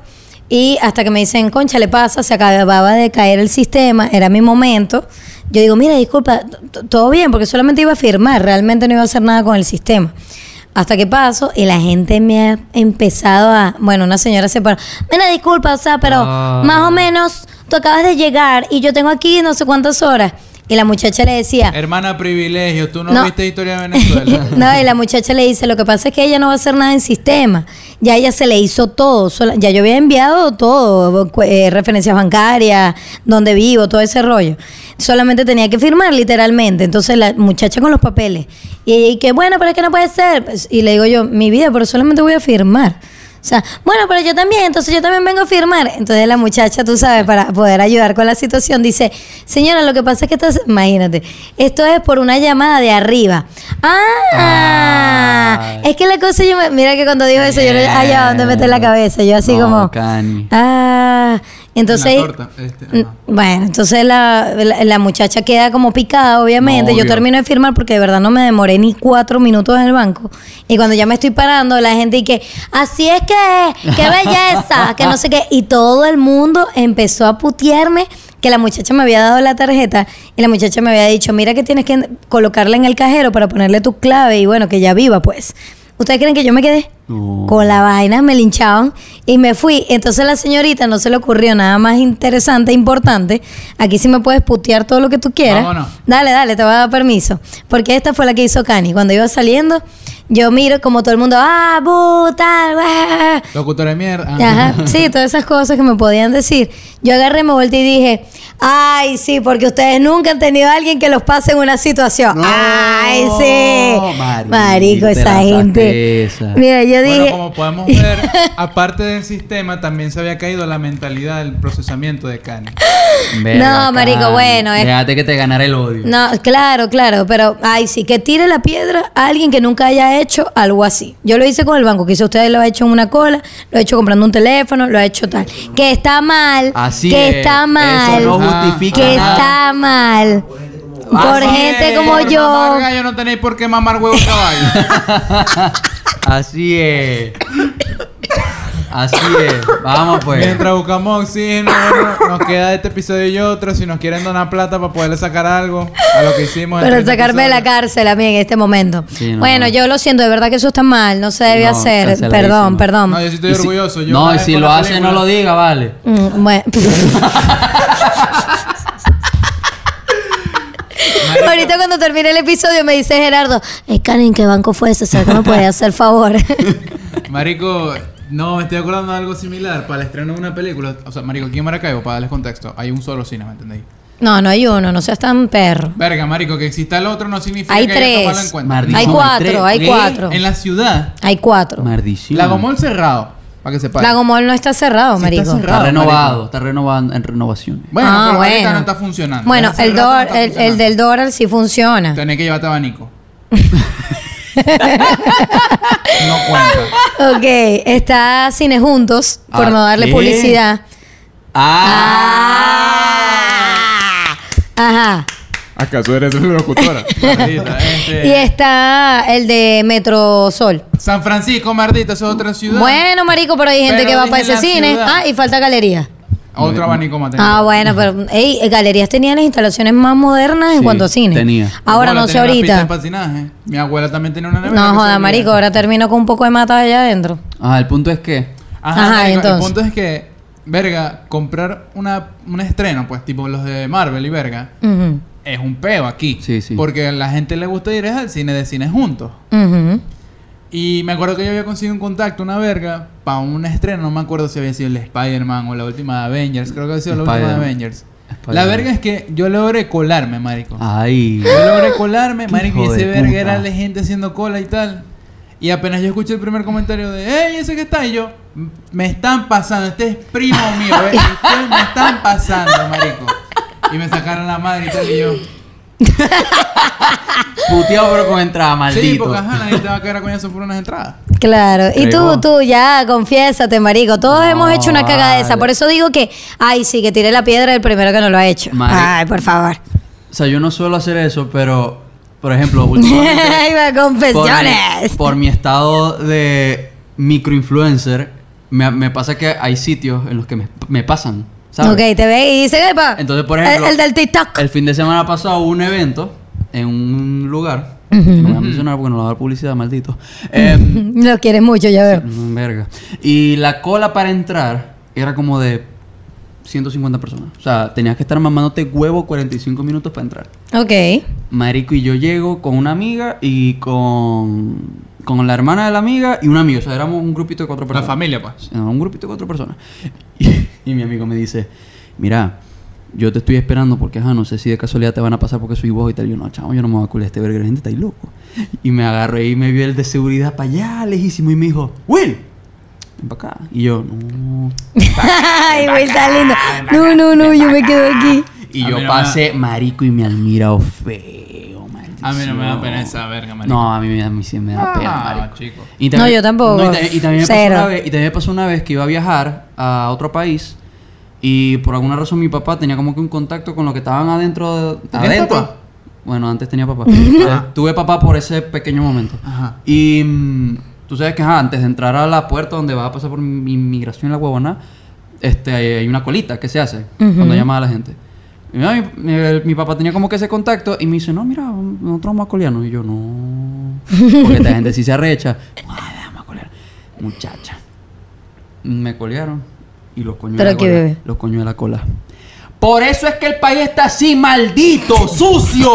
C: Y hasta que me dicen, concha, le pasa, se acababa de caer el sistema, era mi momento. Yo digo, mira, disculpa, t- todo bien, porque solamente iba a firmar, realmente no iba a hacer nada con el sistema. Hasta que paso y la gente me ha empezado a. Bueno, una señora se paró. Mira, disculpa, o sea, pero
D: Ah.
C: más o menos tú acabas de llegar y yo tengo aquí no sé cuántas horas. Y la muchacha le decía.
B: hermana privilegio tú no,
C: No.
B: viste historia de Venezuela
C: No, y la muchacha le dice, lo que pasa es que ella no va a hacer nada en sistema. Ya ella se le hizo todo. sola- Ya yo había enviado todo, cu- eh, referencias bancarias, donde vivo, todo ese rollo. Solamente tenía que firmar literalmente. Entonces la muchacha con los papeles. Y, y que, bueno, pero es que no puede ser. Pues, Y le digo yo, mi vida, pero solamente voy a firmar. O sea, bueno, pero yo también, entonces yo también vengo a firmar. Entonces la muchacha, tú sabes, para poder ayudar con la situación, dice, señora, lo que pasa es que estás, imagínate, esto es por una llamada de arriba. Ah,
D: Ay.
C: es que la cosa, yo me- mira que cuando dijo eso, yo le, ay, ya, ¿dónde meter la cabeza? Yo así
D: No,
C: como,
D: Cani.
C: ah, entonces...
B: La torta, este,
C: Mm,
B: ajá.
C: Bueno, entonces la, la- la muchacha queda como picada, obviamente.
D: Obvio.
C: Yo termino de firmar porque de verdad no me demoré ni cuatro minutos en el banco. Y cuando ya me estoy parando, la gente y que, así es que, qué belleza, que no sé qué. Y todo el mundo empezó a putearme que la muchacha me había dado la tarjeta y la muchacha me había dicho, mira que tienes que colocarla en el cajero para ponerle tu clave y bueno, que ya viva pues. ¿Ustedes creen que yo me quedé?
D: No.
C: Con la vaina me linchaban y me fui. Entonces la señorita no se le ocurrió nada más interesante, e importante. Aquí sí me puedes putear todo lo que tú quieras.
B: Vámonos.
C: Dale, dale, te voy a dar permiso. Porque esta fue la que hizo Cani. Cuando iba saliendo, yo miro como todo el mundo, ah, puta, guau".
B: locutor de mierda Ah,
C: Ajá, sí, todas esas cosas que me podían decir. Yo agarré, me volteé y dije, ay, sí, porque ustedes nunca han tenido a alguien que los pase en una situación.
D: No,
C: ay, sí.
D: marico,
C: Marico, esa
D: te la
C: gente.
D: saqué esa.
C: Mira, yo
B: bueno,
C: dije...
B: como podemos ver, aparte del sistema, también se había caído la mentalidad del procesamiento de Kanye.
C: No, marico,
D: Cani.
C: bueno, es-
D: Déjate que te ganara el odio.
C: No, claro, claro, pero ay, sí, que tire la piedra a alguien que nunca haya hecho algo así. Yo lo hice con el banco, quizá ustedes lo ha hecho en una cola, lo ha hecho comprando un teléfono, lo ha hecho tal. Que está mal,
D: Así
C: que
D: es.
C: está mal,
D: Eso no
B: Ah.
D: justifica
C: que
D: nada.
C: está mal. Por
D: Así
C: gente
D: es.
C: como
B: Por
C: Oh, yo.
B: mamar gallo no tenéis por qué mamar huevo caballo.
D: Así es. Así es. Vamos pues.
B: Mientras buscamos oxígeno, bueno, nos queda este episodio y otro. Si nos quieren donar plata para poderle sacar algo a lo que hicimos. en
C: Pero
B: 30
C: sacarme de la
B: episodios.
C: cárcel a mí en este momento.
D: Sí, no,
C: bueno,
D: no.
C: yo lo siento, de verdad que eso está mal, no se debe
D: No,
C: hacer.
D: canceladísimo.
C: Perdón, perdón.
B: No, yo sí estoy
D: Y si-
B: orgulloso. Yo
D: no,
B: una
D: y
B: vez
D: si
B: con
D: lo
B: la
D: hace,
B: película-
D: no lo diga, vale.
C: Mm, bueno. Ahorita cuando termine el episodio me dice Gerardo, es Karen, ¿qué banco fue ese? ¿Será que me puede hacer favor?
B: Marico, no, me estoy acordando de algo similar. Para el estreno de una película, o sea, Marico, aquí en Maracaibo, para darles contexto, hay un solo cine, ¿me entendéis?
C: no, no hay uno, no seas tan perro.
B: Verga, Marico, que exista el otro no significa
C: Hay
B: que haya que tomarlo en
C: tres.
B: cuenta.
D: Marico,
C: Hay
D: No,
C: cuatro,
D: hay
C: hay
D: tres.
C: cuatro.
B: En la ciudad,
C: Hay cuatro.
D: Maldición.
B: Lagomol cerrado, para que sepa.
C: Lagomol no está cerrado,
B: Sí está
C: marico.
B: cerrado.
D: Está
B: Claro,
D: renovado, está renovado en renovaciones.
B: Bueno,
C: Ah,
B: pero ahorita
C: bueno.
B: no está funcionando.
C: Bueno,
B: Hace
C: el,
B: rato no
C: Dor-
B: está
C: el, el
B: funcionando.
C: del Doral sí funciona.
B: Tenés que llevarte abanico. No cuenta.
C: Ok, está Cine Juntos, por
D: Ah,
C: no darle
D: ¿qué?
C: publicidad. Ah. Ajá.
E: ¿Acaso eres una locutora?
B: Maldita,
C: Y
B: este,
C: está el de Metro Sol.
B: San Francisco, mardita, eso es otra ciudad.
C: Bueno, marico, pero hay gente
B: Pero
C: que va
B: dije
C: para ese
B: la
C: cine.
B: ciudad.
C: Ah, y falta galería.
B: Otro abanico más.
C: Ah, bueno, pero ey, galerías tenían las instalaciones más modernas en
D: Sí,
C: cuanto a cine.
D: tenía.
C: Ahora no sé ahorita.
B: patinaje. Mi abuela también tenía una nevera.
C: No
B: que
C: joda,
B: servía.
C: marico, ahora termino con un poco de mata allá adentro.
D: Ah, el punto es que.
B: Ajá,
C: Ajá,
B: marico,
C: entonces.
B: El punto es que, verga, comprar una, un estreno, pues, tipo los de Marvel y verga,
C: Ujú,
B: es un peo aquí.
D: Sí, sí.
B: Porque a la gente le gusta ir al cine de cines juntos.
C: ujú.
B: Y me acuerdo que yo había conseguido un contacto, una verga, para un estreno. No me acuerdo si había sido el de Spider-Man o la última de Avengers. Creo que había sido la última de
D: Spider-Man.
B: Avengers. La
D: Spider-Man.
B: verga es que yo logré colarme, marico.
D: Ay.
B: Yo logré colarme,
D: ¡Ah! Qué
B: marico, y
D: hijo
B: ese
D: de
B: verga
D: puta.
B: era la gente haciendo cola y tal. Y apenas yo escuché el primer comentario de, ¡Ey, ese que está! Y yo, "M- me están pasando, este es primo mío, eh, ustedes me están pasando, marico. Y me sacaron la madre y tal, y yo,
D: Puteado, pero con entrada,
B: sí,
D: maldito.
B: porque ajá, nadie te va a quedar a coñazo por unas entradas.
C: Claro, y tú,
D: Pegó.
C: tú, ya, confiésate, marico. Todos
D: No,
C: hemos hecho una cagada de esa.
D: vale.
C: Por eso digo que, ay, sí, que tiré la piedra del primero que no lo ha hecho.
D: Mari-
C: Ay, por favor.
D: o sea, yo no suelo hacer eso, pero. Por ejemplo, últimamente.
C: Ay, va,
D: por mi-
C: confesiones.
D: por mi estado de microinfluencer, me, me pasa que hay sitios en los que me, me pasan, ¿sabes?
C: Ok, te ve y dice, epa,
D: Entonces, por ejemplo,
C: el, el del TikTok.
D: El fin de semana pasado hubo un evento en un lugar. No voy a mencionar porque no lo va a dar publicidad, maldito. Em,
C: Lo quieres mucho, ya veo.
D: Mm, Verga. Y la cola para entrar era como de 150 personas. O sea, tenías que estar mamándote huevo 45 minutos para entrar.
C: Ok.
D: Marico y yo llego con una amiga y con, con la hermana de la amiga y un amigo. O sea, éramos un grupito de cuatro
B: La
D: personas.
B: familia, pues.
D: No, un grupito de cuatro personas. Y, y mi amigo me dice, mira, yo te estoy esperando porque, ajá, no sé si de casualidad te van a pasar porque soy vos y tal. Y yo, no, chamo, yo no me voy a culiar a este verga, la gente está ahí loco. Y me agarré y me vio el de seguridad para allá, lejísimo, y me dijo, Will, ven para acá. Y yo, no.
C: Ay, güey, está lindo. No, no, no, yo me quedo aquí.
D: Y
B: A
D: yo
B: mí no me
D: pasé marico y me han mirado feo, maldición.
B: A mí no me da pena esa verga, marico.
D: No, a mí, me da- a mí sí me da pena,
B: Ah,
D: marico.
B: chico.
D: Y
C: No, yo tampoco.
D: y, también, y también me
C: Cero.
D: Pasó una vez, y también me pasó una vez que iba a viajar a otro país y por alguna razón mi papá tenía como que un contacto con lo que estaban adentro. De,
B: ¿Tenías
D: adentro.
B: papá? Ah.
D: Bueno, antes tenía papá. Entonces, Tuve papá por ese pequeño momento.
B: Ajá.
D: Y mm, tú sabes que ajá, antes de entrar a la puerta donde vas a pasar por mi inmigración en la huevona, este, hay, hay una colita que se hace cuando llama a la gente. Y, ah, mi, mi- el- mi papá tenía como que ese contacto y me dice, no, mira, nosotros vamos a colearnos. Y yo, no. Porque esta gente sí se arrecha. "Ah, vamos a colear. Muchacha. Me colearon. Y los coños
C: Pero
D: de la
C: qué
D: cola.
C: bebé.
D: Los coños de la cola. Por eso es que el país está así, maldito, sucio,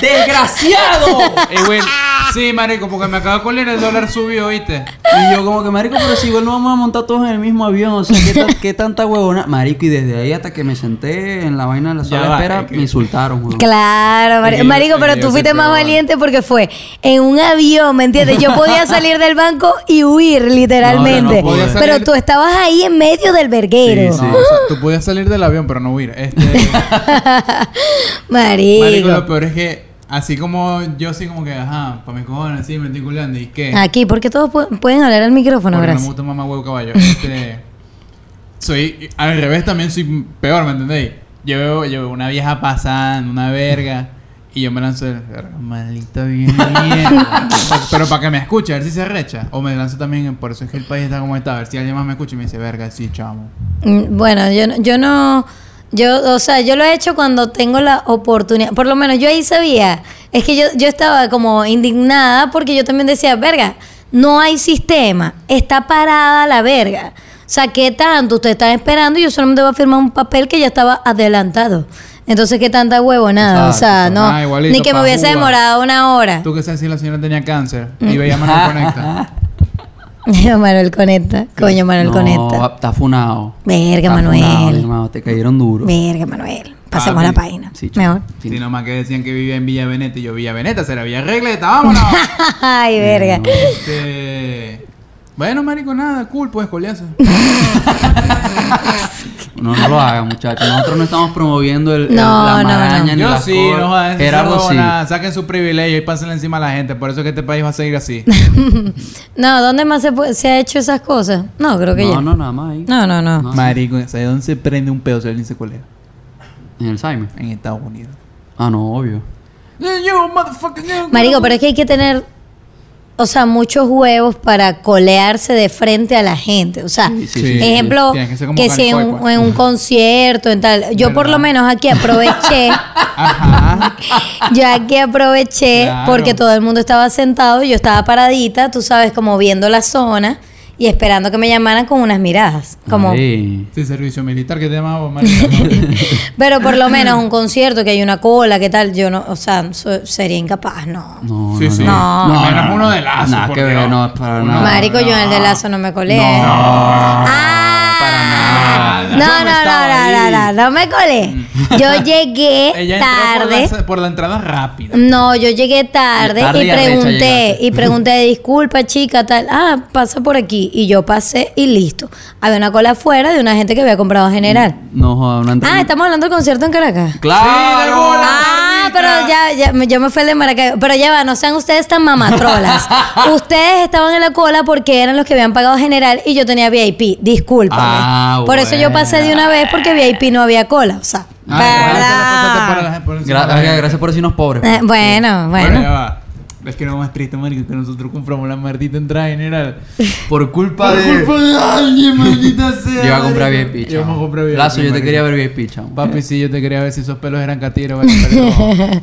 D: desgraciado.
B: Ey, Will, sí, marico, porque me acabo de colar, el dólar subió, ¿oíste?
D: Y yo como que, marico, pero si igual no vamos a montar todos en el mismo avión, o sea, ¿qué, tan- qué tanta huevona? Marico, y desde ahí hasta que me senté en la vaina de la sala
B: Ya
D: de
B: va,
D: espera,
B: es que-
D: me insultaron, huevón.
C: Claro, mari-
B: Sí, yo-
C: marico,
B: sí,
C: pero
B: yo
C: tú
B: soy
C: fuiste más
B: peruano.
C: valiente porque fue en un avión, ¿me entiendes? Yo podía salir del banco y huir, literalmente.
D: podía
C: pero
B: salir.
C: tú estabas ahí en medio del verguero.
D: Sí,
B: No, o sea, tú podías salir del avión, pero no huir. Este...
C: Marico.
B: Marico, lo peor es que así como yo así como que, ajá, pa' mis cojones, sí, me estoy culeando, ¿y Ah, qué?
C: Aquí, porque todos pu- pueden hablar al micrófono,
B: Porque no me
C: gracias.
B: gusta mamá huevo caballo. Este, soy, al revés también soy peor, ¿me entendéis? Yo veo, yo veo una vieja pasando, una verga, y yo me lanzo de verga, maldita bien mierda. Pero para que me escuche, a ver si se arrecha. O me lanzo también, por eso es que el país está como está, a ver si alguien más me escucha y me dice, verga, sí, chamo.
C: Mm, Bueno, yo, no- yo no. Yo, o sea, yo lo he hecho cuando tengo la oportunidad. Por lo menos yo ahí sabía. Es que yo, yo estaba como indignada porque yo también decía, verga, no hay sistema. Está parada la verga. O sea, ¿qué tanto? Usted está esperando y yo solamente voy a firmar un papel que ya estaba adelantado. Entonces, ¿qué tanta huevo? Nada.
B: Exacto.
C: o sea, no.
B: Ah, igualito,
C: ni que me
B: pa'
C: hubiese
B: Cuba.
C: demorado una hora.
B: Tú que sabes si la señora tenía cáncer y veía mano conecta.
C: Manuel Conecta. Coño, Manuel
D: no, ah,
C: Conecta.
D: está funado.
C: Verga,
D: Está funado, mi
C: Manuel.
D: hermano, te cayeron duro.
C: Verga, Manuel. Pasemos
B: Papi.
C: la página.
D: Sí, chico.
C: Mejor.
D: Sí.
B: Si nomás que decían que vivía en Villa Veneta y yo Villa Veneta, será Villa Regleta, vámonos.
C: Ay, verga.
B: Este, Bueno, marico, nada, cool, pues, coleazo.
D: No, no lo hagan, muchachos. Nosotros no estamos promoviendo el, el-
C: No,
D: la
C: no, no.
D: maraña ni
B: Yo
D: las
B: sí,
D: cosas.
B: no jodas, esa
D: Gerardo sí.
B: huevona, Saquen su privilegio y pásenle encima a la gente. Por eso es que este país va a seguir así.
C: No, ¿dónde más se, puede- se ha hecho esas cosas? No, creo que
D: No,
C: ya.
D: no, nada más ahí.
C: No, no, no.
D: No.
B: Marico, ¿sabes dónde se prende un pedo si alguien se colea?
D: En el Simon.
B: En Estados Unidos.
D: Ah, no, obvio.
B: Yo, motherfucker, yo.
C: Marico, pero es que hay que tener, o sea, muchos huevos para colearse de frente a la gente. O sea,
D: Sí, sí,
B: Sí.
D: sí.
C: ejemplo,
B: Tiene que ser
C: que,
B: como
C: si en,
B: Calicoy, pues.
C: en un concierto, en tal. Yo por
B: ¿Verdad?
C: lo menos aquí aproveché,
B: Ajá.
C: yo aquí aproveché
B: Claro.
C: porque todo el mundo estaba sentado y yo estaba paradita, tú sabes, como viendo la zona y esperando que me llamaran con unas miradas. Como,
D: Ahí.
B: Sí, servicio militar, que te llamaba, marico.
C: pero por lo menos un concierto que hay una cola, ¿qué tal? Yo no, o sea, so- sería incapaz, no.
D: No,
B: Sí,
D: no,
B: sí.
C: No.
B: Al menos uno de lazo,
D: Nada
B: por
D: que ver,
B: Dios.
D: no, para
B: Uno-
D: nada.
C: Marico, yo en el de lazo no me colé. Ah.
D: para
C: No,
B: Yo
C: no,
B: no
C: no,
B: estaba
C: no,
B: ahí.
C: no, no, me colé. Yo llegué
B: Ella entró
C: tarde. Mm,
B: Por la, por la entrada rápida.
C: No, yo llegué tarde,
D: Tarde
C: y
D: y arrecha
C: pregunté,
D: llegaste.
C: y pregunté, disculpa chica, tal, ah, pasa por aquí. Y yo pasé y listo. Había una cola afuera de una gente que había comprado general.
D: No, joda, una
C: Ah, estamos hablando del concierto en Caracas.
B: Sí, de
D: ¡Claro!
B: bola.
C: Ah, pero ya, ya, me- yo me fui el de Maracaibo. Pero ya va, no sean ustedes tan mamatrolas. ustedes estaban en la cola porque eran los que habían pagado general y yo tenía VIP. Discúlpame.
D: Ah,
C: Por eso yo pasé de una vez porque VIP no había cola. O sea,
B: Ah,
C: ¿verdad?
B: gracias, pasaste por la- por encima
D: Gra-
B: de la gente.
D: gracias por decirnos pobres.
C: Eh,
B: Bueno, ya
C: bueno, bueno.
B: va. Es que no más triste, marico, que nosotros compramos la maldita entrada general.
D: Por culpa
B: Por
D: de.
B: culpa de alguien, maldita sea.
D: Yo iba a comprar
B: marico.
D: VIP,
B: Yo
D: chamo.
B: me compré VIP.
D: Lazo, yo te
B: marico.
D: quería ver VIP, chamo.
B: Papi, sí, yo te quería ver si esos pelos eran catira. vale, pero-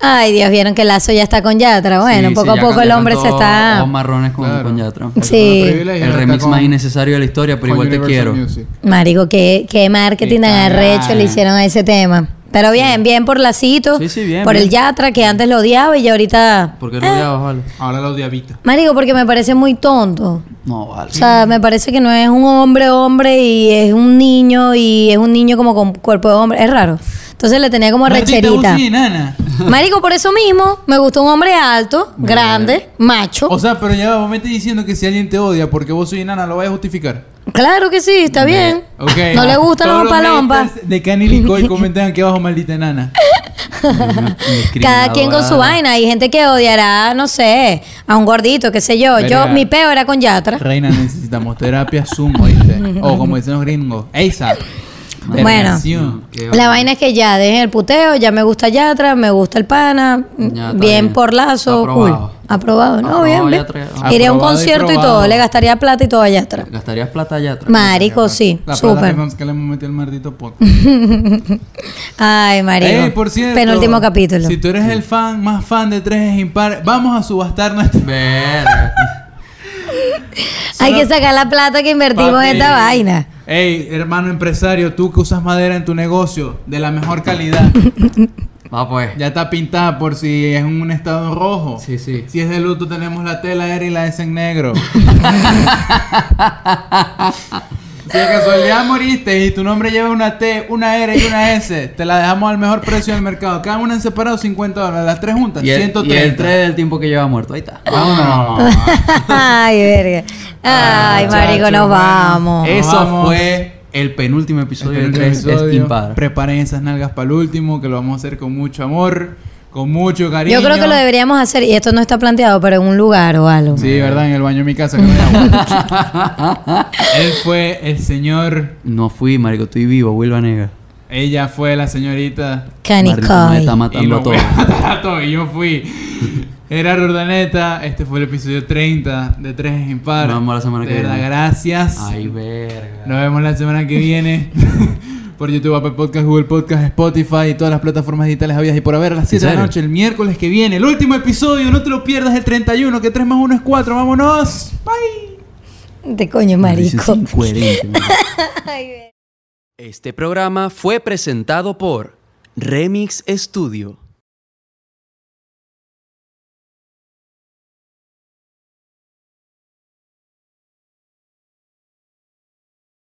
C: Ay, Dios, vieron que Lazo ya está con Yatra. Bueno,
D: Sí,
C: poco
D: sí,
C: a
D: ya Oh,
C: poco el
D: cantó
C: hombre se está.
D: Ojos marrones con,
B: Claro.
D: con Yatra.
B: Eso
C: Sí.
B: fue un privilegio,
D: El
B: ahora
D: remix
B: está con-
D: más innecesario de la historia, pero
B: con
D: igual te
B: Universal
D: quiero.
B: Music.
C: Marico, qué, qué marketing tan
B: Está
C: arrecho
B: bien.
C: le hicieron a ese tema. Pero bien, bien por Lacito,
D: Sí, sí, bien,
C: por el
D: bien.
C: Yatra que antes lo odiaba y ya ahorita.
D: ¿Por qué lo
C: Eh.
D: odiabas, vale?
B: Ahora los diabitos.
C: Marico, porque me parece muy tonto.
D: No,
C: O
D: vale.
C: sea, me parece que no es un hombre hombre y es un niño y es un niño como con cuerpo de hombre. Es raro. Entonces le tenía como recherita.
B: nana.
C: Marico, por eso mismo me gustó un hombre alto, grande, macho.
B: O sea, pero ya va, vos me estás diciendo que si alguien te odia porque vos soy nana, lo vas a justificar.
C: claro que sí, está bien.
B: Ok.
C: No le gustan
B: Todos
C: los palompas.
B: haters De Canilico y comentan aquí abajo, maldita nana.
C: Cada quien con su vaina. Hay gente que odiará, no sé, a un gordito, qué sé yo. Yo,
B: Verga.
C: mi peo era con Yatra.
B: Reina, necesitamos terapia Zoom, ¿oíste? O como dicen los gringos, ASAP.
C: Bueno.
B: Depresión.
C: La vaina es que ya dejé el puteo, ya me gusta Yatra, me gusta el pana,
D: está
C: bien,
D: bien.
C: por lazo,
D: Está
C: cool.
D: aprobado.
C: Aprobado, ¿no?
D: Aprobado
C: bien, bien.
D: Yatra.
C: Iría
B: Aprobado
C: a un
B: y
C: concierto y, todo,
B: probado.
C: le gastaría plata y todo a Yatra.
D: ¿Gastarías plata a Yatra?
C: Marico, sí,
B: La plata
C: súper.
B: que nos- que le hemos metido el maldito podcast.
C: Ay, marico.
B: Ey, por cierto.
C: Penúltimo capítulo.
B: Si tú eres el fan más fan de tres es impar, vamos a subastar nuestro.
D: Verga.
C: Hay que sacar la plata que invertimos en esta
B: Papi.
C: vaina.
B: Ey, hermano empresario, tú que usas madera en tu negocio de la mejor calidad,
D: Va pues.
B: ya está pintada por si es en un estado rojo.
D: Sí, sí.
B: Si es de luto, tenemos la tela aérea y la es en negro. Si de casualidad moriste y tu nombre lleva una T, una R y una S, te la dejamos al mejor precio del mercado. Cada una en separado 50 dólares, las tres juntas,
D: Y el,
B: 130.
D: y el tres del tiempo que lleva muerto. Ahí
B: Ah.
D: está.
B: Vámonos.
C: Ay, verga.
B: Ah,
C: Ay, marico,
B: muchacho, bueno.
C: nos vamos.
B: Eh,
D: Eso
B: vamos.
D: fue el penúltimo
B: Este
D: episodio
B: es el
D: de Tres es
B: episodio.
D: Impar.
B: Preparen esas nalgas para el último, que lo vamos a hacer con mucho amor, con mucho Eh, cariño.
C: Yo creo que lo deberíamos hacer, y esto no está planteado, pero en un lugar o algo.
B: Sí, verdad, en el baño de mi casa. que no hay agua. Él fue el señor,
D: No fui, marico. Estoy vivo. Will Vanega.
B: ella fue la señorita.
C: Canicoy.
D: Marico, me está
B: y
D: matando
B: lo
D: a todos.
B: fue a todo, y yo fui. Gerardo Urdaneta, este fue el episodio 30 de Tres en Par.
D: Nos vemos la semana
B: de
D: que
B: verdad,
D: viene.
B: gracias.
D: Ay, verga.
B: Nos vemos la semana que viene. Por YouTube, Apple Podcast, Google Podcast, Spotify y todas las plataformas digitales habidas y por haber a las 7 de la
D: serio?
B: noche, el miércoles que viene, el último episodio, no te lo pierdas el 31, que 3 más 1 es 4, vámonos. Bye.
C: De coño,
D: Eso
C: marico.
D: es incoherente, marico.
A: Este programa fue presentado por Remix Studio.